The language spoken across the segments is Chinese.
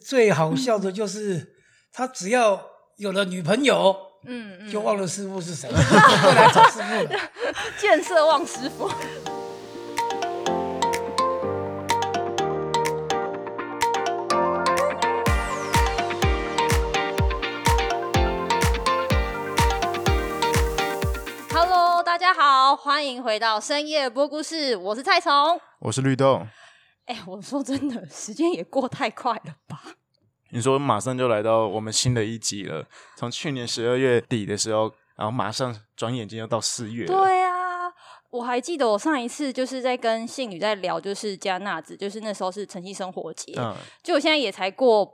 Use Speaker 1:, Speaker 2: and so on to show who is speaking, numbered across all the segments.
Speaker 1: 最好笑的就是他只要有了女朋友，
Speaker 2: 嗯嗯，
Speaker 1: 就忘了师傅是谁， 就来找师傅了。
Speaker 2: 见色忘师傅。Hello，大家好，欢迎回到深夜播故事，我是蔡崇。
Speaker 3: 我是绿豆。
Speaker 2: 哎、我说真的，时间也过太快了吧？
Speaker 3: 你说马上就来到我们新的一集了，从去年十二月底的时候，然后马上转眼间又到四月了。
Speaker 2: 对啊，我还记得我上一次就是在跟信女在聊，就是加纳子，就是那时候是晨曦生活节，
Speaker 3: 嗯，
Speaker 2: 就我现在也才过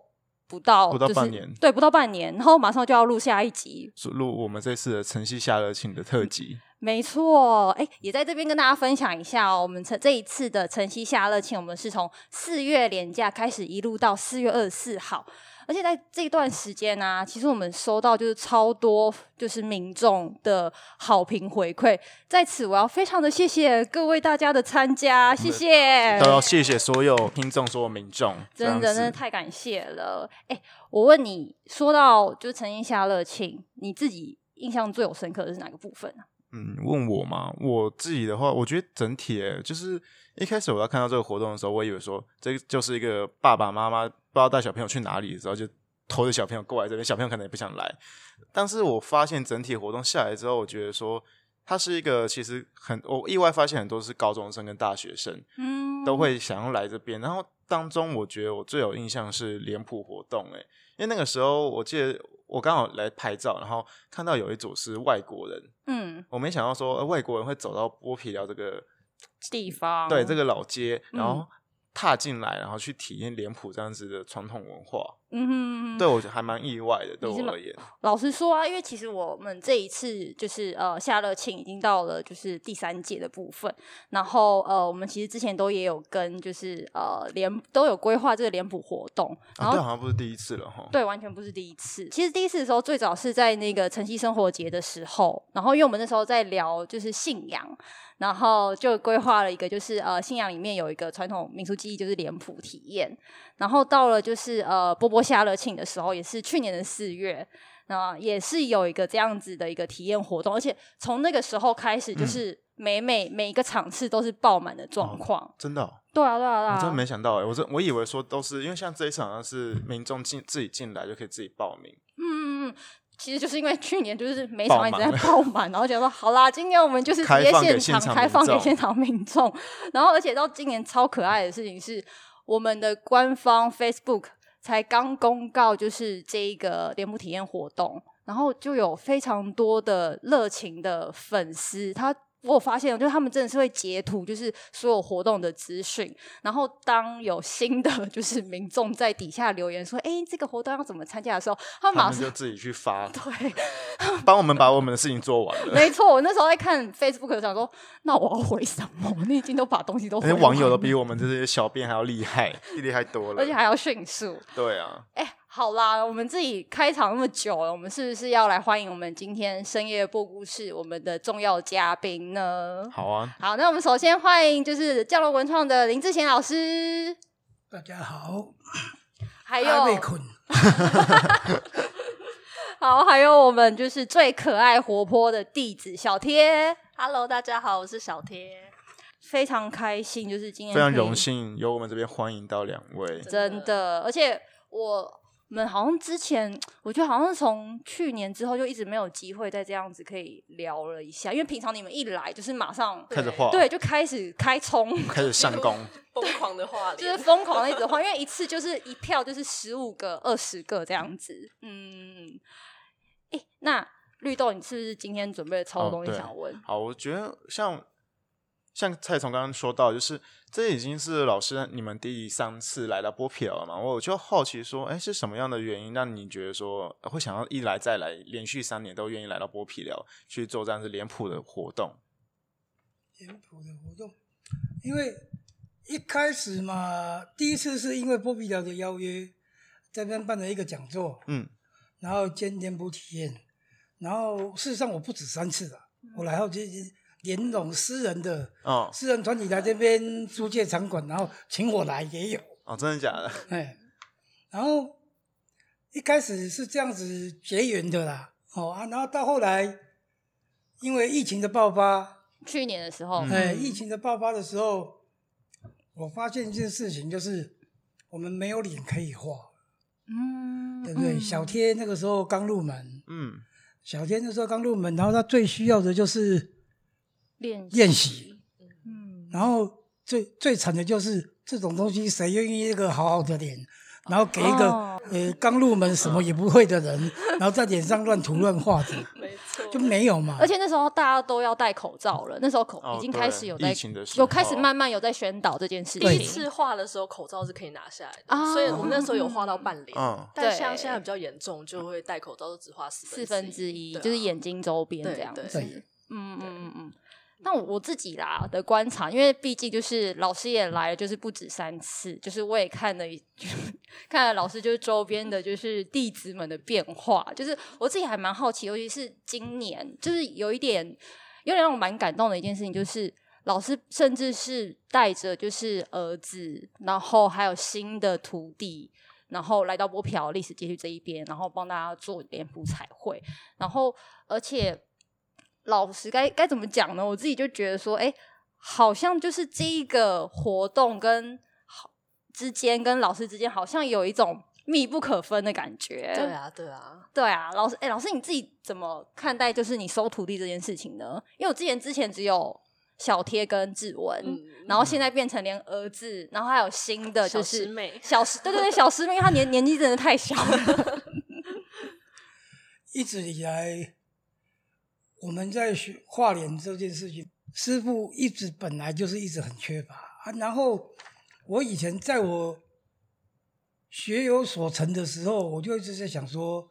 Speaker 2: 不到，
Speaker 3: 不到
Speaker 2: 就是
Speaker 3: 半年
Speaker 2: 对，不到半年，然后马上就要录下一集。
Speaker 3: 是录我们这次的晨曦夏热庆的特辑。
Speaker 2: 没错，哎，也在这边跟大家分享一下哦，我们这这一次的晨曦夏热庆，我们是从四月连假开始，一路到四月二十四号。而且在这段时间呢、其实我们收到就是超多就是民众的好评回馈，在此我要非常的谢谢各位大家的参加，谢谢，
Speaker 3: 都要谢谢所有听众、所有民众，这
Speaker 2: 真
Speaker 3: 样
Speaker 2: 的真的
Speaker 3: 子。
Speaker 2: 太感谢了。哎、我问你，说到就是曾经夏乐庆，你自己印象最有深刻的是哪个部分啊？
Speaker 3: 嗯，问我嘛，我自己的话，我觉得整体欸就是一开始我要看到这个活动的时候，我以为说这个就是一个爸爸妈妈不知道带小朋友去哪里的时候，就拖着小朋友过来这边，小朋友可能也不想来。但是我发现整体活动下来之后，我觉得说它是一个其实很，我意外发现很多是高中生跟大学生，
Speaker 2: 嗯
Speaker 3: 都会想要来这边。然后当中，我觉得我最有印象是脸谱活动、欸，因为那个时候我记得我刚好来拍照，然后看到有一组是外国人，
Speaker 2: 嗯
Speaker 3: 我没想到说、呃外国人会走到剥皮寮这个
Speaker 2: 地方，
Speaker 3: 对这个老街，然
Speaker 2: 哦嗯
Speaker 3: 后踏进来，然后去体验脸谱这样子的传统文化，
Speaker 2: 嗯哼
Speaker 3: 对我觉得还蛮意外的，对
Speaker 2: 你是哦吗
Speaker 3: 我而言，
Speaker 2: 老实说啊，因为其实我们这一次就是呃夏乐庆已经到了就是第三届的部分，然后呃我们其实之前都也有跟就是呃联都有规划这个联谱活动，然
Speaker 3: 啊，
Speaker 2: 后
Speaker 3: 对，好像不是第一次了哈。
Speaker 2: 对，完全不是第一次。其实第一次的时候，最早是在那个晨曦生活节的时候，然后因为我们那时候在聊就是信仰，然后就规划了一个就是呃信仰里面有一个传统民俗记忆就是脸谱体验，然后到了就是呃波波夏乐庆的时候，也是去年的四月。那也是有一个这样子的一个体验活动，而且从那个时候开始，就
Speaker 3: 嗯
Speaker 2: 是每每每一个场次都是爆满的状
Speaker 3: 哦
Speaker 2: 况。
Speaker 3: 真的哦、
Speaker 2: 对啊，对啊，对啊！
Speaker 3: 我真的没想到哎、我真我以为说都是因为像这一场好像是民众进自己进来就可以自己报名，
Speaker 2: 嗯，嗯嗯，其实就是因为去年就是每场
Speaker 3: 爆
Speaker 2: 一直在
Speaker 3: 满
Speaker 2: 爆满，然后觉得说好啦，今天我们就是直
Speaker 3: 开
Speaker 2: 接
Speaker 3: 放给
Speaker 2: 现
Speaker 3: 现
Speaker 2: 场
Speaker 3: 场
Speaker 2: 开
Speaker 3: 民
Speaker 2: 放给
Speaker 3: 众
Speaker 2: 现场民众，然后而且到今年超可爱的事情是，我们的官方 Facebook 才刚公告就是这一个联幕体验活动，然后就有非常多的热情的粉丝，他。我有发现，就是他们真的是会截图，就是所有活动的资讯，然后当有新的就是民众在底下留言说：“哎、这个活动要怎么参加的时候，他们
Speaker 3: 他
Speaker 2: 马
Speaker 3: 们
Speaker 2: 上
Speaker 3: 就自己去 发，
Speaker 2: 对，
Speaker 3: 帮我们把我们的事情做完了。
Speaker 2: 没错，我那时候在看 Facebook，想说，那我要回什么？你已经都把东西都
Speaker 3: 那
Speaker 2: 回
Speaker 3: 些网友都
Speaker 2: 完
Speaker 3: 比我们这些小编还要厉害，厉害多
Speaker 2: 了
Speaker 3: 了。
Speaker 2: 而且还要迅速。
Speaker 3: 对啊，
Speaker 2: 哎、好啦，我们自己开场那么久了，我们是不是要来欢迎我们今天深夜播故事我们的重要嘉宾呢？
Speaker 3: 好啊，
Speaker 2: 好，那我们首先欢迎就是降落文创的林志贤老师，
Speaker 1: 大家好，
Speaker 2: 还
Speaker 1: 还没
Speaker 2: 有
Speaker 1: 困，
Speaker 2: 好，还有我们就是最可爱活泼的弟子小贴，
Speaker 4: Hello，大家好，我是小贴。
Speaker 2: 非常开心，就是今天
Speaker 3: 非常
Speaker 2: 可以
Speaker 3: 荣幸由我们这边欢迎到两位。
Speaker 2: 真的，而且我们好像之前，我觉得好像是从去年之后就一直没有机会再这样子可以聊了一下，因为平常你们一来就是马上
Speaker 3: 开始画，
Speaker 2: 对就开始开冲，
Speaker 3: 开始上工，
Speaker 4: 疯狂的话
Speaker 2: 就是
Speaker 4: 脸，
Speaker 2: 疯狂的一直换，因为一次就是一票就是十五个、二十个这样子，嗯，哎、那绿豆你是不是今天准备了超多东
Speaker 3: 哦
Speaker 2: 西
Speaker 3: 对
Speaker 2: 想问？
Speaker 3: 好，我觉得像像蔡从刚刚说到，就是这已经是老师你们第三次来到波皮了嘛，我就好奇说，哎，是什么样的原因让你觉得说呃会想要一来再来，连续三年都愿意来到波皮寮去做这样子脸谱的活动？
Speaker 1: 简朴的活动。因为一开始嘛，第一次是因为波比聊的邀约，在那边办了一个讲座，
Speaker 3: 嗯，
Speaker 1: 然后兼年补体验，然后事实上我不止三次了，
Speaker 2: 嗯
Speaker 1: 我来后就已经连拢私人的
Speaker 3: 哦
Speaker 1: 私人
Speaker 3: 嗯
Speaker 1: 团体来这边租借场馆，然后请我来也有，
Speaker 3: 哦，真的假的？
Speaker 1: 哎，然后一开始是这样子结缘的啦，哦啊，然后到后来因为疫情的爆发，
Speaker 2: 去年的时候，
Speaker 3: 嗯
Speaker 1: 哎，疫情的爆发的时候，我发现一件事情，就是我们没有脸可以画，
Speaker 2: 嗯，
Speaker 1: 对不对？
Speaker 2: 嗯
Speaker 1: 小贴那个时候刚入门，
Speaker 3: 嗯，
Speaker 1: 小贴那时候刚入门，然后他最需要的就是
Speaker 2: 练习
Speaker 1: 练习，
Speaker 2: 嗯，
Speaker 1: 然后最最惨的就是这种东西，谁愿意一个好好的脸？然后给一个、
Speaker 2: 哦
Speaker 1: 呃刚入门什么也不会的人，然后在脸上乱涂乱画的，
Speaker 4: 没错，
Speaker 1: 就没有嘛。
Speaker 2: 而且那时候大家都要戴口罩了，那时候口、
Speaker 3: 哦
Speaker 2: 已经开始有在
Speaker 3: 对疫情的时候
Speaker 2: 有开始慢慢有在宣导这件事情。
Speaker 1: 对哦
Speaker 4: 第一次画的时候口罩是可以拿下来的，
Speaker 2: 啊
Speaker 4: 所以我们那时候有画到半脸。
Speaker 3: 嗯
Speaker 4: 但
Speaker 2: 对
Speaker 4: 像现在比较严重，就会戴口罩都只画四
Speaker 2: 四分之一，就是眼睛周边这样
Speaker 4: 啊对
Speaker 2: 子。
Speaker 1: 对
Speaker 2: 嗯嗯
Speaker 4: 对
Speaker 2: 嗯嗯。那我我自己啦的观察，因为毕竟就是老师也来了，就是不止三次，就是我也看了一， 看了老师就是周边的，就是弟子们的变化，就是我自己还蛮好奇，尤其是今年，就是有一点有点让我蛮感动的一件事情，就是老师甚至是带着就是儿子，然后还有新的徒弟，然后来到波漂历史街区这一边，然后帮大家做脸谱彩绘，然后而且老实该该怎么讲呢？我自己就觉得说，哎，好像就是这一个活动跟好之间跟老师之间，好像有一种密不可分的感觉。
Speaker 4: 对啊，对啊，
Speaker 2: 对啊，老师，哎、老师你自己怎么看待就是你收徒弟这件事情呢？因为我之前之前只有小贴跟志文，
Speaker 4: 嗯
Speaker 2: 然后现在变成连儿子，然后还有新的就
Speaker 4: 小
Speaker 2: 是
Speaker 4: 师妹
Speaker 2: 小师对对对，小师妹，因为她年年纪真的太小了，
Speaker 1: 一直以来，我们在学画脸这件事情，师傅一直本来就是一直很缺乏啊。然后我以前在我学有所成的时候，我就一直在想说，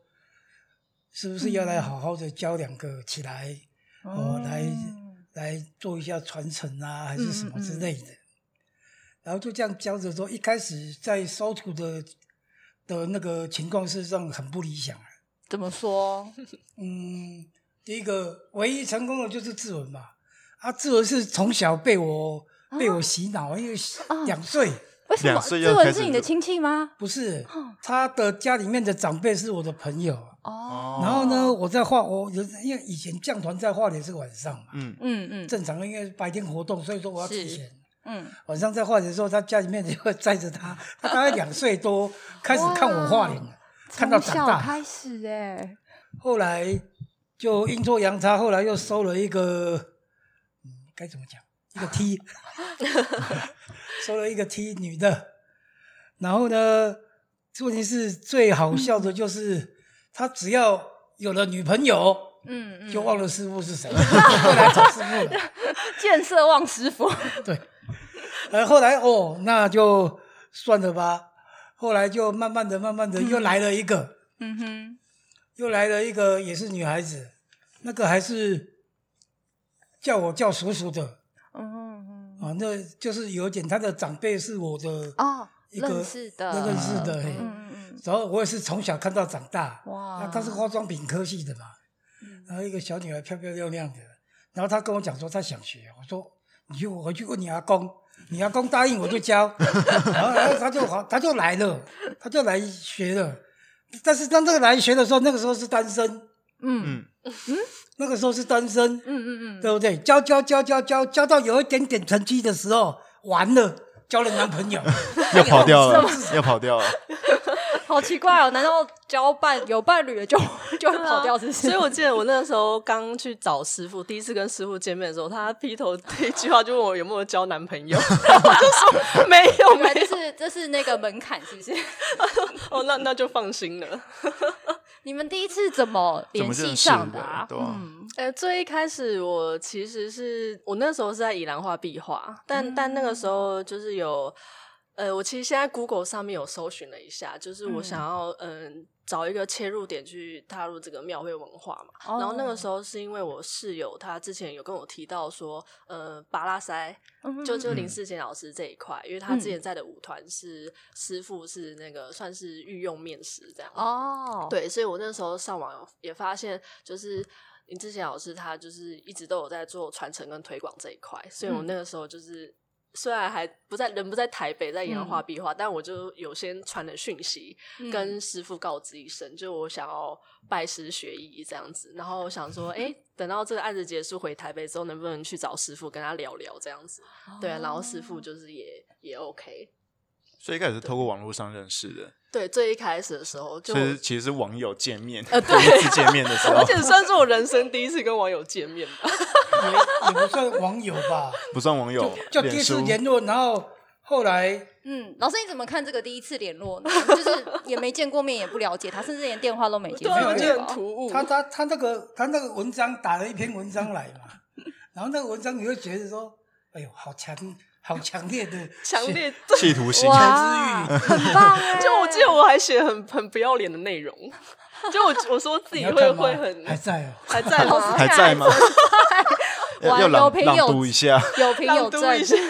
Speaker 1: 是不是要
Speaker 2: 嗯
Speaker 1: 来好好的教两个起来， 哦，来
Speaker 2: 嗯
Speaker 1: 来做一下传承啊，还是什么之类的。然后就这样教着说，一开始在收徒的的那个情况是让很不理想啊。
Speaker 2: 怎么说？
Speaker 1: 嗯，第一个唯一成功的就是志文吧。啊，志文是从小被我、被我洗脑，因为两岁、
Speaker 2: 为什么
Speaker 3: 两岁
Speaker 2: 志
Speaker 3: 要
Speaker 2: 文
Speaker 3: 开
Speaker 2: 是
Speaker 3: 始
Speaker 2: 你的
Speaker 3: 就
Speaker 2: 亲戚吗？
Speaker 1: 不是他的家里面的长辈是我的朋友。
Speaker 2: 哦，
Speaker 3: 哦
Speaker 1: 然后呢，我在画，我有因为以前酱团在画脸是晚上嘛，
Speaker 3: 嗯，
Speaker 2: 嗯嗯
Speaker 1: 正常因为白天活动，所以说我要提
Speaker 2: 是
Speaker 1: 前。
Speaker 2: 嗯，
Speaker 1: 晚上在画脸的时候，他家里面就会载着他，他大概两岁多开始看我画脸了，看到
Speaker 2: 从
Speaker 1: 长
Speaker 2: 小
Speaker 1: 大。
Speaker 2: 开始哎、
Speaker 1: 后来就阴错阳差，后来又收了一个，嗯，该怎么讲？一个 T，收了一个 T 女的。然后呢，问题是最好笑的就是，他只要有了女朋友，
Speaker 2: 嗯嗯，
Speaker 1: 就忘了师傅是谁，后来找师傅了。
Speaker 2: 见色忘师傅，
Speaker 1: 对，呃，后来哦，那就算了吧。后来就慢慢的、慢慢的又来了一个，
Speaker 2: 嗯哼，
Speaker 1: 又来了一个也是女孩子，那个还是叫我叫叔叔的
Speaker 2: 嗯嗯
Speaker 1: 啊，那就是有点他的长辈是我的
Speaker 2: 哦，
Speaker 1: 一个
Speaker 2: 认识的，
Speaker 1: 认识的，嘿
Speaker 2: 嗯嗯
Speaker 1: 然后我也是从小看到长大，
Speaker 2: 哇
Speaker 1: 那她是化妆品科系的嘛，
Speaker 2: 嗯
Speaker 1: 然后一个小女孩漂漂亮亮的，然后她跟我讲说她想学，我说你就回去问你阿公，你阿公答应我就教， 然后然后她就好，她就来了，她就来学了，但是当这个来学的时候，那个时候是单身，
Speaker 2: 嗯嗯
Speaker 3: 嗯，
Speaker 1: 那个时候是单身，
Speaker 2: 嗯嗯嗯，
Speaker 1: 对不对？教教教教教教到有一点点成绩的时候，完了，交了男 朋友，
Speaker 3: 要跑掉了
Speaker 1: 哎呦，
Speaker 3: 要跑掉了，
Speaker 2: 好奇怪哦，难道交伴有伴侣了就 就会
Speaker 4: 对啊
Speaker 2: 跑掉？是不是？
Speaker 4: 所以我记得我那时候刚去找师傅，第一次跟师傅见面的时候，他劈头第一句话就问我有没有交男朋 友，然后我就说没 有，
Speaker 2: 原来
Speaker 4: 没
Speaker 2: 啊这
Speaker 4: 有。
Speaker 2: 是这是那个门槛，是不 是？
Speaker 4: 哦，那那就放心了。
Speaker 2: 你们第一次怎么联系上的啊？
Speaker 3: 怎么认识的
Speaker 2: 嗯
Speaker 4: 呃，最一开始我其实是我那时候是在宜兰画壁画，但、但那个时候就是有，呃，我其实现在 Google 上面有搜寻了一下，就是我想要嗯、找一个切入点去踏入这个庙会文化嘛。
Speaker 2: 哦
Speaker 4: 然后那个时候是因为我室友他之前有跟我提到说，呃，巴拉塞
Speaker 2: 嗯
Speaker 4: 就就
Speaker 3: 嗯
Speaker 4: 林世贤老师这一块，因为他之
Speaker 2: 嗯
Speaker 4: 前在的舞团是、师傅是那个算是御用面食这样子
Speaker 2: 哦，
Speaker 4: 对，所以我那时候上网也发现，就是林志贤老师他就是一直都有在做传承跟推广这一块，所以我
Speaker 2: 嗯
Speaker 4: 那个时候就是虽然还不在人不在台北，在宜兰画壁画，但我就有先传了讯息
Speaker 2: 嗯
Speaker 4: 跟师傅告知一声，就我想要拜师学艺这样子，然后想说，哎、等到这个案子结束回台北之后，能不能去找师傅跟他聊聊这样子？对啊，然后师
Speaker 2: 哦
Speaker 4: 傅就是也也 OK。
Speaker 3: 所以一开始是透过网络上认识的，
Speaker 4: 对，最一开始的时候就
Speaker 3: 所以其实是网友见面，
Speaker 4: 呃对
Speaker 3: 第一次见面的时候
Speaker 4: 而，且算是我人生第一次跟网友见面吧。
Speaker 1: 也也不算网友吧，
Speaker 3: 不算网友，
Speaker 1: 就第一
Speaker 3: 脸
Speaker 1: 次
Speaker 3: 书
Speaker 1: 联络，然后后来
Speaker 2: 嗯，老师你怎么看这个第一次联络呢？就是也没见过面，也不了解他，甚至连电话都没接
Speaker 4: 对
Speaker 2: 触
Speaker 4: 啊，
Speaker 1: 没有
Speaker 4: 我觉
Speaker 1: 因为
Speaker 4: 得
Speaker 2: 过
Speaker 4: 很。突兀。
Speaker 1: 他他他那个他那个文章打了一篇文章来嘛，然后那个文章你会觉得说，哎呦，好强好强烈的
Speaker 4: 强烈，
Speaker 3: 企图心，
Speaker 2: 哇， 很棒哎！
Speaker 4: 就我记 得我还写很很不要脸的内容，就我我说自
Speaker 1: 你
Speaker 4: 己
Speaker 1: 要
Speaker 4: 会
Speaker 1: 干嘛
Speaker 4: 会很
Speaker 1: 还在哦。
Speaker 4: 还在吗？
Speaker 3: 还在吗？要
Speaker 2: 哇
Speaker 3: 要
Speaker 2: 有
Speaker 3: 朗
Speaker 2: 凭
Speaker 3: 朗
Speaker 2: 有
Speaker 3: 读一下，
Speaker 2: 有凭有
Speaker 4: 朗读一下
Speaker 2: 证，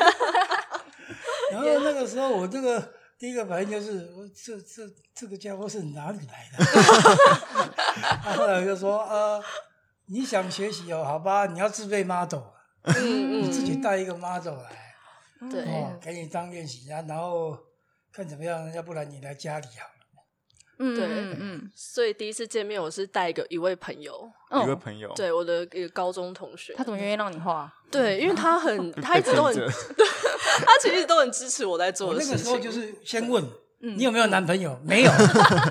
Speaker 1: 然后那个时候我这个第一个反应就是，我这这这个家伙是哪里来的？ 然后后来就说，呃，你想学习哦，好吧，你要自备 model，啊
Speaker 4: 嗯
Speaker 1: 你自己
Speaker 4: 嗯，
Speaker 1: 带一个 model 来。
Speaker 4: 对
Speaker 1: 哦，给你当练习啊，然后看怎么样，要不然你来家里啊好了。
Speaker 2: 嗯
Speaker 4: 对
Speaker 2: 嗯嗯
Speaker 4: 所以第一次见面我是带一个一位朋友，
Speaker 3: 有个
Speaker 2: 嗯，
Speaker 3: 朋友，
Speaker 4: 对我的一个高中同学
Speaker 2: 他，怎么愿意让你画？
Speaker 4: 对，因为他 很
Speaker 3: 被
Speaker 4: 他一直都很
Speaker 3: 被
Speaker 4: 他其实都很支持我在做
Speaker 1: 我
Speaker 4: 的
Speaker 1: 那
Speaker 4: 事
Speaker 1: 个时候
Speaker 4: 情，
Speaker 1: 就是先问、
Speaker 2: 嗯
Speaker 1: 你有没有男朋友， 没有。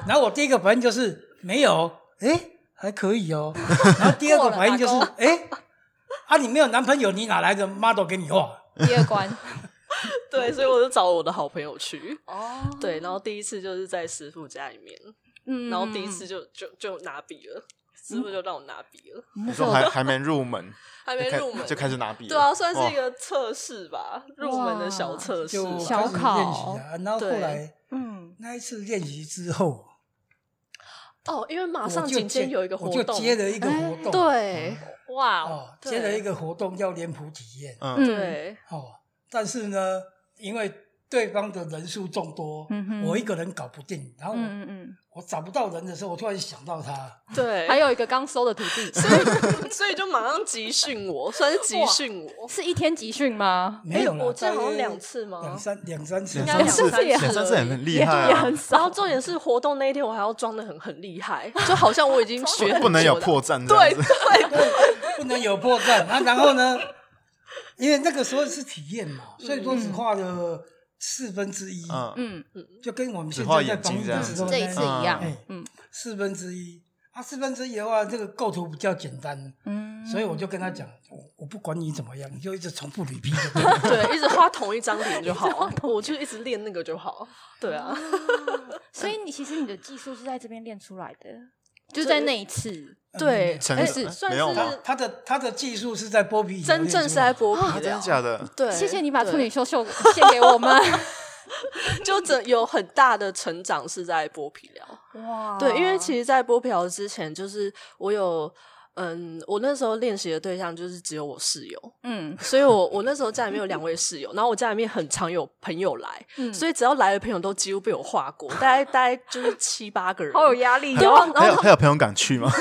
Speaker 1: 然后我第一个反应就是没有，
Speaker 4: 哎
Speaker 1: 诶，还可以 哦。然后第二个反应就是
Speaker 2: 过了打，
Speaker 1: 诶，啊，你没有男朋友，你哪来的 model 给你画？
Speaker 2: 第二关
Speaker 4: 对，所以我就找我的好朋友去。
Speaker 2: 哦，
Speaker 4: 对，然后第一次就是在师傅家里面，
Speaker 2: 嗯
Speaker 4: 然后第一次就就就拿笔了，师傅就让我拿笔了，
Speaker 2: 嗯
Speaker 3: 你说还还没入门，
Speaker 4: 还没
Speaker 3: 就开
Speaker 4: 入门
Speaker 3: 哎就开始拿笔了，
Speaker 4: 对啊，算是
Speaker 3: 哇
Speaker 4: 一个测试吧，入门的小测试
Speaker 1: 就
Speaker 4: 吧。
Speaker 1: 开
Speaker 2: 小
Speaker 1: 始练习
Speaker 2: 考
Speaker 1: 啊。然后后
Speaker 4: 对
Speaker 1: 来
Speaker 2: 嗯
Speaker 1: 那一次练习之后，
Speaker 4: 哦，因为马
Speaker 1: 我
Speaker 4: 上
Speaker 1: 就
Speaker 4: 紧接
Speaker 1: 接
Speaker 4: 有一个活动，哎
Speaker 1: 我就接了一个活动，
Speaker 4: 对
Speaker 2: 哇
Speaker 1: 哦，接了一个活动叫脸谱体验。
Speaker 3: 嗯，
Speaker 2: 嗯
Speaker 4: 对，
Speaker 1: 哦，但是呢，因为对方的人数众多，
Speaker 2: 嗯哼
Speaker 1: 我一个人搞不定，然后我,、
Speaker 2: 嗯嗯
Speaker 1: 我找不到人的时候，我突然想到他，
Speaker 4: 对，
Speaker 2: 嗯，还有一个刚收的徒弟，
Speaker 4: 所以所以就马上集训我，算是集训我。
Speaker 2: 是一天集训吗？
Speaker 1: 没有
Speaker 4: 哎
Speaker 1: 了，
Speaker 4: 我记得好
Speaker 1: 大
Speaker 4: 像
Speaker 1: 约
Speaker 4: 两次吗
Speaker 1: 两三两三次，
Speaker 3: 两
Speaker 4: 该
Speaker 3: 三次，
Speaker 4: 两三次
Speaker 3: 两
Speaker 4: 而
Speaker 3: 三
Speaker 4: 已
Speaker 3: 次很很厉
Speaker 2: 也
Speaker 3: 害
Speaker 2: 也
Speaker 3: 啊
Speaker 2: 很，少
Speaker 4: 然后重点是活动那一天，我还要装的很很厉害，就好像我已经学很久了
Speaker 3: 不能有破绽，这
Speaker 4: 对
Speaker 3: 样子，
Speaker 4: 对
Speaker 1: 不能有破绽。啊，然后呢，因为那个时候是体验嘛，
Speaker 4: 嗯
Speaker 1: 所以说只画了四分之一，
Speaker 3: 嗯，
Speaker 2: 嗯，
Speaker 1: 就跟我们
Speaker 3: 只
Speaker 1: 现
Speaker 3: 画
Speaker 1: 在在
Speaker 3: 眼
Speaker 1: 防
Speaker 3: 睛
Speaker 1: 疫
Speaker 3: 这样
Speaker 1: 的时
Speaker 3: 子
Speaker 1: 候，
Speaker 2: 这一次一样
Speaker 3: 啊
Speaker 1: 嗯，
Speaker 2: 嗯
Speaker 1: 四分之一。啊，四分之一的话，这个构图比较简单，
Speaker 2: 嗯，
Speaker 1: 所以我就跟他讲，我我不管你怎么样，你就一直重复 repeat 就对了。
Speaker 4: 对，一直画同一张脸就好，我就一直练那个就好。对
Speaker 2: 嗯
Speaker 4: 啊，
Speaker 2: 所以你 其实你的技术是在这边练出来的，就在那一次，
Speaker 4: 对，
Speaker 3: 成
Speaker 4: 哎
Speaker 3: 是
Speaker 4: 算
Speaker 3: 呃没有吗
Speaker 4: 是
Speaker 1: 嗯他的他的技术是在剥皮以后
Speaker 4: 真
Speaker 1: 练
Speaker 4: 正
Speaker 1: 出
Speaker 4: 是
Speaker 1: 来的
Speaker 4: 在剥
Speaker 3: 啊
Speaker 4: 皮
Speaker 3: 真
Speaker 4: 的
Speaker 3: 的。假的？
Speaker 4: 对，
Speaker 2: 谢谢你把
Speaker 4: 对
Speaker 2: 处女秀秀献给我们，
Speaker 4: 就整有很大的成长是在剥皮疗。
Speaker 2: 哇，
Speaker 4: 对，因为其实，在剥皮疗之前，就是我有。嗯，我那时候练习的对象就是只有我室友，
Speaker 2: 嗯
Speaker 4: 所以我我那时候家里面有两位室友，然后我家里面很常有朋友来，
Speaker 2: 嗯，
Speaker 4: 所以只要来的朋友都几乎被我画过，大概大概就是七八个人，
Speaker 2: 好有压力
Speaker 4: 对啊
Speaker 2: 哦，
Speaker 4: 然
Speaker 3: 还有
Speaker 4: 后
Speaker 3: 还有朋友敢去 吗？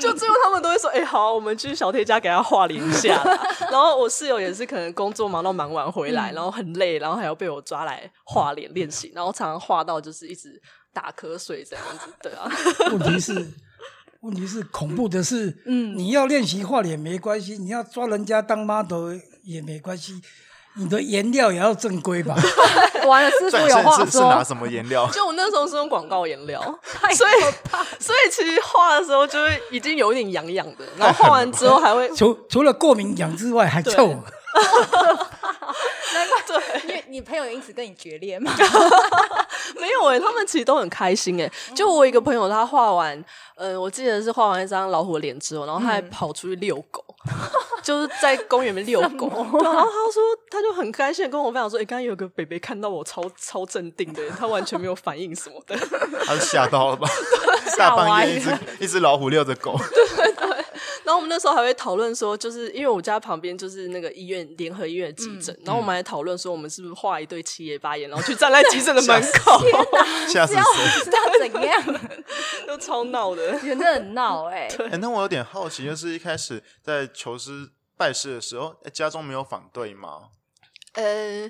Speaker 4: 就最后他们都会说：“哎、好啊、我们去小贴家给他画脸一下啦。”然后我室友也是可能工作忙到蛮晚回来，
Speaker 2: 嗯
Speaker 4: 然后很累，然后还要被我抓来画脸练习，然后常常画到就是一直打瞌睡这样子。对啊，
Speaker 1: 问题是，问题是恐怖的是，
Speaker 2: 嗯
Speaker 1: 你要练习画脸没关系，你要抓人家当 model 也没关系，你的颜料也要正规 吧？
Speaker 2: 完了，师傅
Speaker 3: 所以
Speaker 2: 有话
Speaker 3: 是是是拿
Speaker 2: 说，
Speaker 3: 什么颜料？
Speaker 4: 就我那时候是用广告颜料，所以所以其实画的时候就会已经有一点痒痒的，然后画完之后还会
Speaker 1: 除除了过敏痒之外，还臭。
Speaker 4: 对。
Speaker 2: 因为你朋友因此跟你决裂嘛，
Speaker 4: 没有哎、他们其实都很开心哎、就我有一个朋友，他画完，呃，我记得是画完一张老虎的脸之后，然后他还跑出去遛狗， 就是在公园里面遛狗。对然后他说，他就很开心的跟我分享说，哎、刚刚有个北北看到我超超镇定的、他完全没有反应什么的。
Speaker 3: 他是吓到了 吧？
Speaker 2: 吓
Speaker 3: 大
Speaker 2: 歪
Speaker 3: 半夜一
Speaker 2: 了，
Speaker 3: 只一只老虎遛着狗，
Speaker 4: 然后我们那时候还会讨论说，就是因为我家旁边就是那个医院联合医院的急诊，然后我们还讨论说，我们是不是画一对七爷八眼，然后去站在急 诊的门口，
Speaker 3: 吓死
Speaker 2: 这样
Speaker 3: 谁？
Speaker 2: 这样怎样？
Speaker 4: 就超闹的。
Speaker 2: 真的很闹哎，
Speaker 3: 哎、那我有点好奇，就是一开始在求师拜师的时候，哎家中没有反对吗？
Speaker 4: 呃，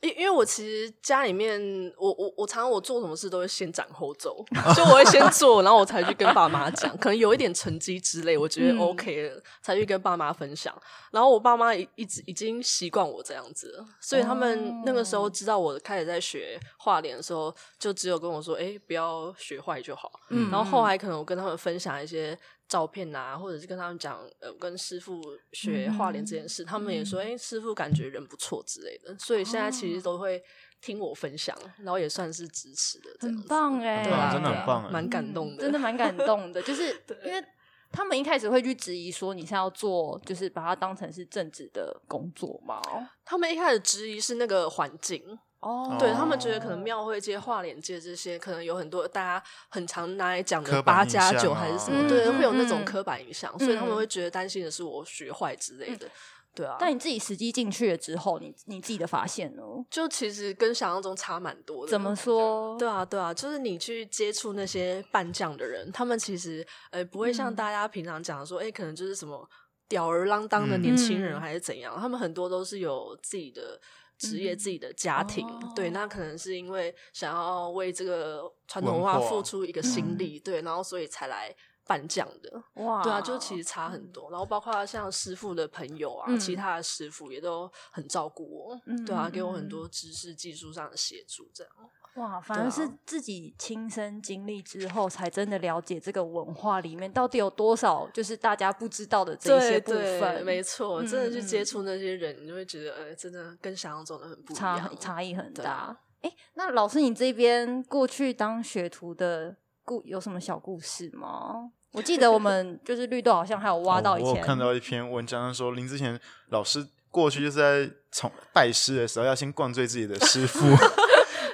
Speaker 4: 因因为我其实家里面，我我我常常我做什么事都会先斩后奏，就我会先做，然后我才去跟爸妈讲，可能有一点成绩之类，我觉得
Speaker 2: 嗯
Speaker 4: OK 了，才去跟爸妈分享。然后我爸妈一一直已经习惯我这样子了，所以他们那个时候知道我开始在学画脸的时候，就只有跟我说：“哎、不要学坏就好。”
Speaker 2: 嗯
Speaker 4: 然后后来可能我跟他们分享一些照片啊，或者是跟他们讲，呃，跟师傅
Speaker 2: 嗯
Speaker 4: 学画脸这件事，他们也说，哎、师傅感觉人不错之类的，所以现在
Speaker 2: 哦
Speaker 4: 其实都会听我分享，然后也算是支持的这样
Speaker 2: 很
Speaker 4: 子，
Speaker 2: 棒哎、
Speaker 4: 对啊，
Speaker 3: 真的很
Speaker 4: 对啊
Speaker 3: 棒哎
Speaker 4: 蛮感动
Speaker 2: 嗯真的蛮感动的，就是
Speaker 4: 对
Speaker 2: 因为他们一开始会去质疑说你是要做，就是把它当成是正职的工作嘛。
Speaker 4: 他们一开始质疑是那个环境，
Speaker 2: 哦
Speaker 4: 对他们觉得可能庙会界、画脸界这些，可能有很多大家很常拿来讲的
Speaker 3: 刻
Speaker 4: 八
Speaker 3: 板印
Speaker 4: 加九
Speaker 3: 象啊
Speaker 4: 还是什么，
Speaker 2: 嗯
Speaker 4: 对，
Speaker 2: 嗯
Speaker 4: 会有那
Speaker 2: 嗯
Speaker 4: 种刻板印象，所以他们
Speaker 2: 嗯
Speaker 4: 会觉得担心的是我学坏之类的，对啊。
Speaker 2: 但你自己实际进去了之后，你你自己的发现呢？
Speaker 4: 就其实跟想象中差蛮多的。
Speaker 2: 怎么？说？
Speaker 4: 对啊，对啊，就是你去接触那些扮将的人，他们其实呃不会像
Speaker 2: 嗯
Speaker 4: 大家平常讲说，哎、可能就是什么吊儿郎当的年轻人
Speaker 2: 嗯
Speaker 4: 还是怎样，他们很多都是有自己的职业、
Speaker 2: 嗯
Speaker 4: 自己的家庭，
Speaker 2: 哦
Speaker 4: 对，那可能是因为想要为这个传统文化
Speaker 3: 文化
Speaker 4: 付出一个心
Speaker 2: 嗯
Speaker 4: 力，对，然后所以才来扮将的。
Speaker 2: 哇，
Speaker 4: 对啊，就其实差很多。然后包括像师傅的朋友啊，
Speaker 2: 嗯
Speaker 4: 其他的师傅也都很照顾我，
Speaker 2: 嗯
Speaker 4: 对啊，
Speaker 2: 嗯
Speaker 4: 给我很
Speaker 2: 嗯
Speaker 4: 多知识、技术上的协助，这样。
Speaker 2: 哇，反
Speaker 4: 对
Speaker 2: 而
Speaker 4: 啊
Speaker 2: 是自己亲身经历之后，才真的了解这个文化里面到底有多少就是大家不知道的这一些部分，
Speaker 4: 没错，真的去
Speaker 2: 嗯嗯
Speaker 4: 接
Speaker 2: 嗯
Speaker 4: 触那些人，你就会觉得，呃，真的跟想象中的很不一
Speaker 2: 差
Speaker 4: 样
Speaker 2: 很，差异很
Speaker 4: 对
Speaker 2: 大
Speaker 4: 啊。
Speaker 2: 哎、那老师，你这边过去当学徒的故有什么小故事吗？我记得我们 就是绿豆好像还有挖到以
Speaker 3: 哦我
Speaker 2: 前，
Speaker 3: 有看到一篇文章说，林之前老师过去就是在从拜师的时候要先灌醉自己的 师傅，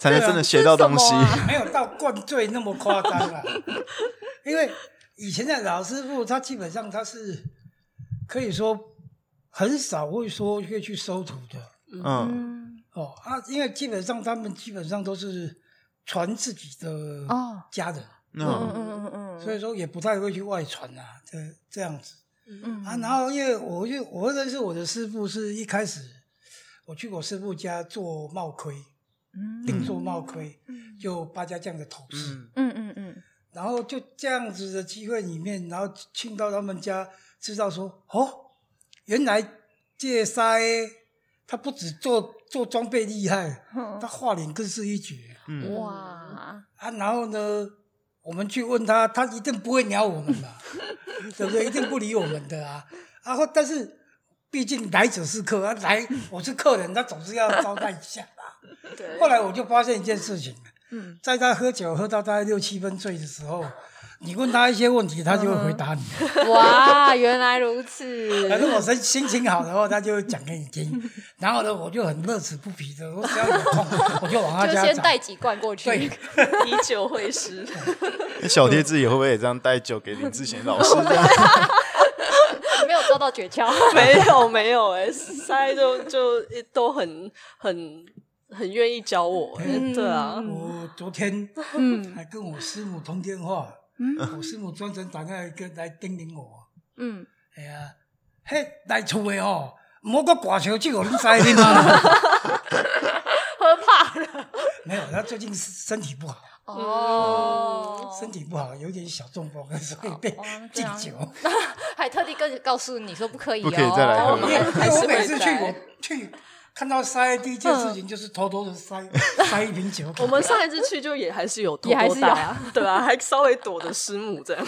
Speaker 3: 才能真的学到东西。
Speaker 2: 啊这是什
Speaker 1: 没有到灌醉那么夸张啦。因为以前的老师傅，他基本上他是可以说很少会说会去收徒的
Speaker 3: 嗯，
Speaker 2: 嗯，
Speaker 1: 哦啊，因为基本上他们基本上都是传自己的
Speaker 2: 哦
Speaker 1: 家人，
Speaker 2: 嗯
Speaker 3: 那
Speaker 2: 嗯嗯嗯，
Speaker 1: 所以说也不太会去外传啊，这这样子
Speaker 2: 嗯
Speaker 1: 啊。然后因为我就我认识我的师傅是一开始我去我师傅家做帽盔，定做帽盔，
Speaker 2: 嗯
Speaker 1: 就八家将的头饰。
Speaker 3: 嗯，
Speaker 2: 嗯嗯嗯，
Speaker 1: 然后就这样子的机会里面，然后进到他们家，知道说哦，原来这塞他不止做做装备厉害，
Speaker 2: 哼
Speaker 1: 他画脸更是一绝
Speaker 3: 嗯
Speaker 2: 哇，
Speaker 1: 啊。然后呢，我们去问他，他一定不会鸟我 们的，对不对？一定不理我们的啊。然后但是。毕竟来者是客，啊、来我是客人，他总是要招待一下 吧。
Speaker 4: 嗯对。
Speaker 1: 后来我就发现一件事情，
Speaker 2: 嗯，
Speaker 1: 在他喝酒喝到大概六七分醉的时候，你问他一些问题，他就会回答你。
Speaker 2: 嗯哇，原来 如此，
Speaker 1: 那如果心心情好的话，他就会讲给你 听。然后呢，我就很乐此不疲的，我只要有空，我就往他
Speaker 2: 就
Speaker 1: 家
Speaker 2: 先
Speaker 1: 找。
Speaker 2: 带几罐过去，
Speaker 1: 对，
Speaker 4: 以酒会师，
Speaker 3: 那小贴自己会不会也这样带酒给林志贤老师？ 这样
Speaker 2: 没有抓到 诀窍，
Speaker 4: 没有没有哎、塞就就都很很很愿意教我、哎，对啊，
Speaker 1: 我昨天
Speaker 2: 嗯
Speaker 1: 还跟我师母通电话，
Speaker 2: 嗯
Speaker 1: 我师母专程打电话跟来叮咛我，
Speaker 2: 嗯，
Speaker 1: 哎呀，嘿，来厝的哦，莫个挂烧酒，你知你吗？
Speaker 2: 喝怕了
Speaker 1: 没有，他最近身体不好，
Speaker 2: 嗯哦，
Speaker 1: 身体不好，有点小中风，所以被
Speaker 2: 哦那这
Speaker 1: 禁
Speaker 2: 样
Speaker 1: 酒。
Speaker 2: 还特地跟告诉你说不可以、哦，
Speaker 3: 不可以再来喝
Speaker 2: 我
Speaker 3: 了
Speaker 2: 们
Speaker 1: 因为
Speaker 2: 还还
Speaker 1: 因为
Speaker 2: 是
Speaker 1: 我每次
Speaker 2: 会嗯
Speaker 1: 去
Speaker 2: 来
Speaker 1: 我去看到塞第一件事情就是偷偷的塞塞一瓶酒给他。
Speaker 4: 我们上一次去就也还是有偷
Speaker 2: 也还
Speaker 4: 偷
Speaker 2: 是
Speaker 4: 打啊，对啊，还稍微躲着师母这样，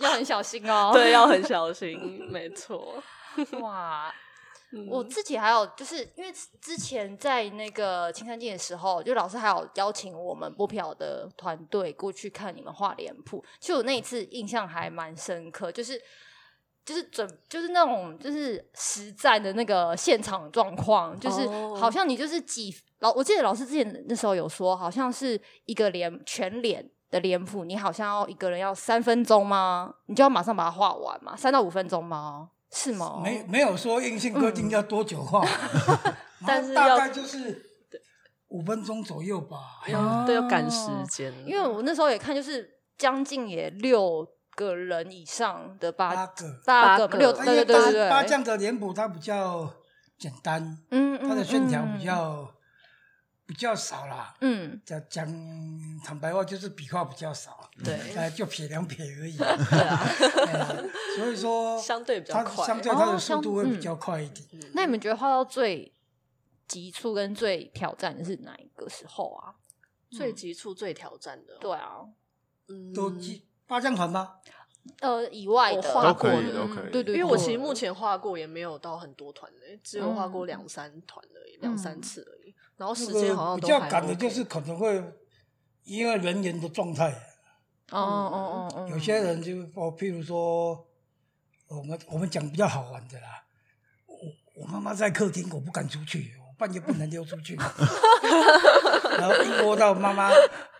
Speaker 2: 要很小心哦。
Speaker 4: 对，要很小心，没错。
Speaker 2: 哇，
Speaker 4: 嗯
Speaker 2: 我自己还有就是因为之前在那个青山镜的时候，就老师还有邀请我们波漂的团队过去看你们画脸谱。其实我那一次印象还蛮深刻，就是就是准就是那种就是实战的那个现场状况，就是
Speaker 4: 哦
Speaker 2: 好像你就是几老，我记得老师之前那时候有说，好像是一个脸全脸。的脸谱，你好像要一个人要三分钟吗？你就要马上把它画完嘛，三到五分钟吗？是吗？
Speaker 1: 没没有说硬性规定要多久 画，
Speaker 4: 但是
Speaker 1: 大
Speaker 4: 要
Speaker 1: 概就是五分钟左右吧。
Speaker 2: 哦
Speaker 4: 对，要赶时间，
Speaker 2: 因为我那时候也看，就是将近也六个人以上的八
Speaker 1: 八个，
Speaker 2: 八个
Speaker 4: 八个
Speaker 2: 六，
Speaker 1: 因
Speaker 2: 对
Speaker 1: 为
Speaker 2: 对对对
Speaker 1: 八八
Speaker 2: 对，
Speaker 1: 将的脸谱它比较简单，
Speaker 2: 嗯，
Speaker 1: 它的线条
Speaker 2: 嗯
Speaker 1: 比较比较少啦。
Speaker 2: 嗯，
Speaker 1: 讲讲坦白话，就是笔画比较少，
Speaker 4: 对
Speaker 1: 呃，就撇两撇而 已。
Speaker 4: 对啊，
Speaker 1: 哎所以说，
Speaker 4: 相对比较
Speaker 1: 它
Speaker 4: 快
Speaker 1: 相对它
Speaker 2: 哦
Speaker 1: 的
Speaker 2: 相
Speaker 1: 速度会比
Speaker 2: 嗯
Speaker 1: 较快一点。
Speaker 2: 那你们觉得画到最急促跟最挑战的是哪一个时候啊？
Speaker 4: 最急促、最挑战的，
Speaker 2: 对，啊，
Speaker 4: 嗯，
Speaker 1: 都记八张团吧，
Speaker 2: 呃，以外的
Speaker 4: 我画
Speaker 3: 都可以
Speaker 2: 嗯
Speaker 3: 都可以
Speaker 2: 对对，
Speaker 4: 因为我其实
Speaker 2: 对嗯
Speaker 4: 目前画过也没有到很多团诶、只有画过两三团而已，两、三次而已。然后
Speaker 1: 那
Speaker 4: 时间好
Speaker 1: 个
Speaker 4: 像
Speaker 1: 比
Speaker 4: 都
Speaker 1: 较
Speaker 4: 还
Speaker 1: 赶的就
Speaker 4: OK
Speaker 1: 是可能会因为人员的状态，
Speaker 2: 哦
Speaker 4: 嗯
Speaker 2: 哦哦哦，
Speaker 1: 有些人就哦，譬如说，我们我们讲比较好玩的啦，我我妈妈在客厅，我不敢出去，我半夜不能溜出去，然后一摸到妈妈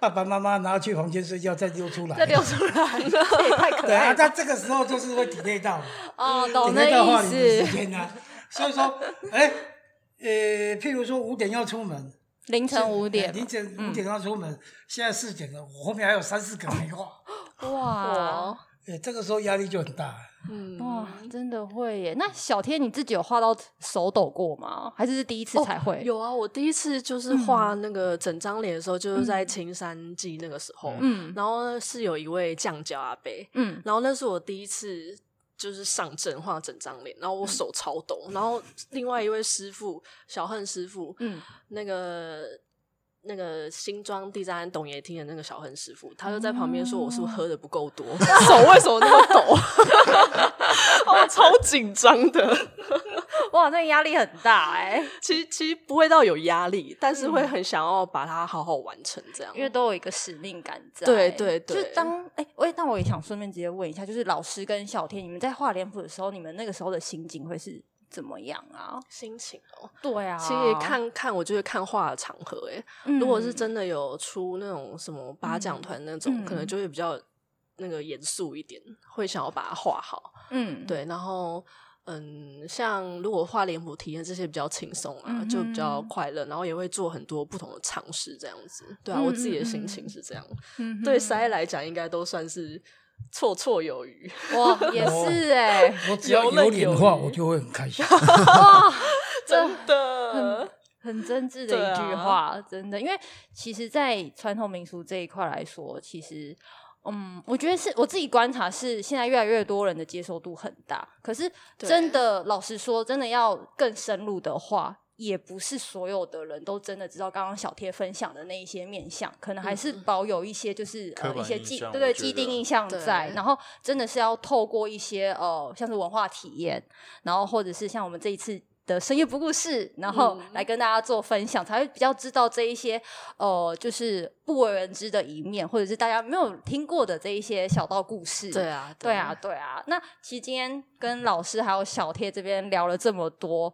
Speaker 1: 爸爸妈妈，然后去房间睡觉再溜出来，
Speaker 2: 再流出来，这也太可
Speaker 1: 对啊
Speaker 2: 爱，了
Speaker 1: 那这个时候就是会体内到嘛。
Speaker 2: 哦，懂
Speaker 1: 那到
Speaker 2: 那
Speaker 1: 话
Speaker 2: 意
Speaker 1: 你的时
Speaker 2: 思。
Speaker 1: 间呢、所以说，哎、呃，譬如说五点要出门，
Speaker 2: 凌晨五点，
Speaker 1: 凌晨五 点要出门，现在四点了，我后面还有三四个没画，
Speaker 2: 哇
Speaker 4: 哇，
Speaker 1: 哎、这个时候压力就很大。
Speaker 4: 嗯
Speaker 2: 啊哇，真的会耶！那小天你自己有画到手抖过吗？还是是第一次才会？
Speaker 4: 有啊，我第一次就是
Speaker 2: 嗯
Speaker 4: 画那个整张脸的时候，就是在青山记那个时候，
Speaker 2: 嗯
Speaker 4: 然后呢是有一位酱椒阿伯，
Speaker 2: 嗯，
Speaker 4: 然后那是我第一次就是上阵画整张脸，
Speaker 2: 嗯
Speaker 4: 然后我手超抖，然后另外一位师傅小恨师傅，
Speaker 2: 嗯，
Speaker 4: 那个。那个新庄地藏庵董爷厅的那个小恨师傅，他就在旁边说：“我是不
Speaker 2: 哦
Speaker 4: 是喝的不够 多，手为什么那么抖？” 我超紧张的。
Speaker 2: 哇，那压力很大 哎，
Speaker 4: 其实其实不会到有压力，但是会很想要把它好好完成，这样。
Speaker 2: 嗯因为都有一个使命感在。
Speaker 4: 对对对
Speaker 2: 就是当哎，喂、那我也想顺便直接问一下，就是老师跟小天，你们在画脸谱的时候，你们那个时候的心境会是怎么样啊？
Speaker 4: 心情哦、
Speaker 2: 对啊，
Speaker 4: 其实，看看我就是看画的场合、欸，
Speaker 2: 嗯
Speaker 4: 如果是真的有出那种什么八奖团那种，
Speaker 2: 嗯
Speaker 4: 可能就会比较那个严肃一点，会想要把它画好。
Speaker 2: 嗯，
Speaker 4: 对，然后嗯，像如果画脸谱体验这些比较轻松啊，
Speaker 2: 嗯哼
Speaker 4: 就比较快乐，然后也会做很多不同的尝试，这样子。对啊，
Speaker 2: 嗯
Speaker 4: 我自己的
Speaker 2: 嗯嗯
Speaker 4: 心情是这样，
Speaker 2: 嗯哼
Speaker 4: 对塞来讲应该都算是绰绰有余。
Speaker 2: 哇， 也是哎、
Speaker 1: 我只要
Speaker 4: 游刃
Speaker 1: 有脸画，
Speaker 4: 有余
Speaker 1: 我就会很开心。
Speaker 2: 哇，
Speaker 4: 真的，
Speaker 2: 很真挚的一句
Speaker 4: 对啊
Speaker 2: 话，真的。因为其实，在传统民俗这一块来说，其实，嗯，我觉得是我自己观察是，现在越来越多人的接受度很大。可是，
Speaker 4: 对
Speaker 2: 真的，老实说，真的要更深入的话。也不是所有的人都真的知道刚刚小贴分享的那一些面相，可
Speaker 4: 嗯
Speaker 2: 能还是保有一些就是、
Speaker 3: 刻
Speaker 2: 呃
Speaker 3: 板
Speaker 2: 一些
Speaker 3: 印
Speaker 2: 既
Speaker 3: 象
Speaker 2: 对
Speaker 3: 我
Speaker 2: 对
Speaker 3: 觉
Speaker 2: 既
Speaker 3: 得
Speaker 2: 定印象
Speaker 4: 对
Speaker 2: 在，然后真的是要透过一些呃像是文化体验，然后或者是像我们这一次的深夜不故事，然后
Speaker 4: 嗯
Speaker 2: 来跟大家做分享，才会比较知道这一些呃，就是不为人知的一面，或者是大家没有听过的这一些小道故事。
Speaker 4: 对啊，
Speaker 2: 对啊，，对啊。那其实今天跟老师还有小贴这边聊了这么多，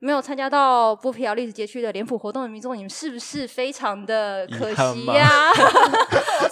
Speaker 2: 没有参加到波皮寮历史街区的脸谱活动的民众，你们是不是非常的可
Speaker 3: 遗憾
Speaker 2: 惜
Speaker 3: 吗
Speaker 2: 呀、啊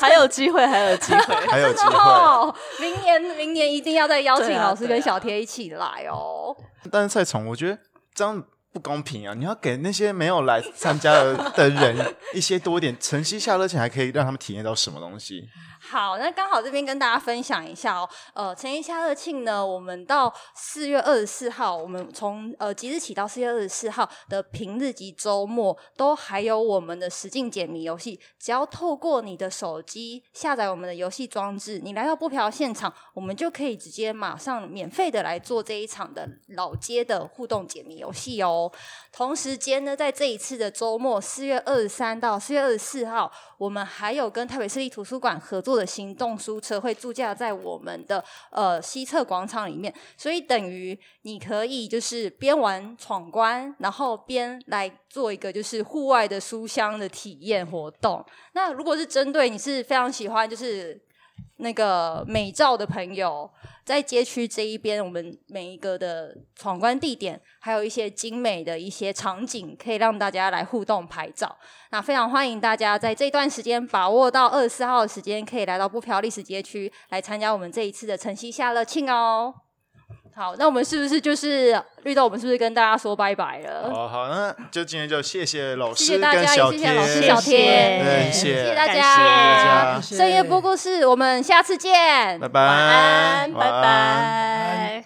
Speaker 4: 还 有机会，还有机会。
Speaker 3: 还有机会。
Speaker 2: 哦， 明年明年一定要再邀请
Speaker 4: 对啊
Speaker 2: 老师
Speaker 4: 对
Speaker 2: 跟
Speaker 4: 啊
Speaker 2: 小贴一起来哦。
Speaker 3: 但是蔡崇，我觉得这样不公平啊！你要给那些没有来参加的的人一些多一点晨曦夏热情，还可以让他们体验到什么东西？
Speaker 2: 好，那刚好这边跟大家分享一下哦。呃，陈一夏热庆呢，我们到四月二十四号，我们从呃即日起到四月二十四号的平日及周末，都还有我们的实境解谜游戏。只要透过你的手机下载我们的游戏装置，你来到波嫖现场，我们就可以直接马上免费的来做这一场的老街的互动解谜游戏哦。同时间呢，在这一次的周末，四月二十三到四月二十四号，我们还有跟台北市立图书馆合作的行动书车会驻驾在我们的呃西侧广场里面，所以等于你可以就是边玩闯关，然后边来做一个就是户外的书香的体验活动。那如果是针对你是非常喜欢就是那个美照的朋友，在街区这一边，我们每一个的闯关地点，还有一些精美的一些场景，可以让大家来互动拍照。那非常欢迎大家在这段时间把握到二十四号的时间，可以来到布瓢历史街区来参加我们这一次的晨曦夏乐庆哦。好，那我们是不是就是绿豆？我们是不是跟大家说拜拜了？
Speaker 3: 好好，那就今天就谢谢老
Speaker 2: 谢
Speaker 3: 师
Speaker 2: 谢大
Speaker 3: 跟
Speaker 2: 家，
Speaker 3: 小
Speaker 2: 也谢
Speaker 3: 天，
Speaker 2: 谢老师
Speaker 4: 谢
Speaker 2: 小
Speaker 4: 谢
Speaker 2: 天，
Speaker 3: 对谢
Speaker 2: 谢大
Speaker 3: 感
Speaker 2: 家，
Speaker 3: 大家
Speaker 1: 谢谢
Speaker 2: 深夜播故事，我们下次见，
Speaker 3: 拜拜
Speaker 2: 晚安，
Speaker 3: 晚安
Speaker 2: 拜拜。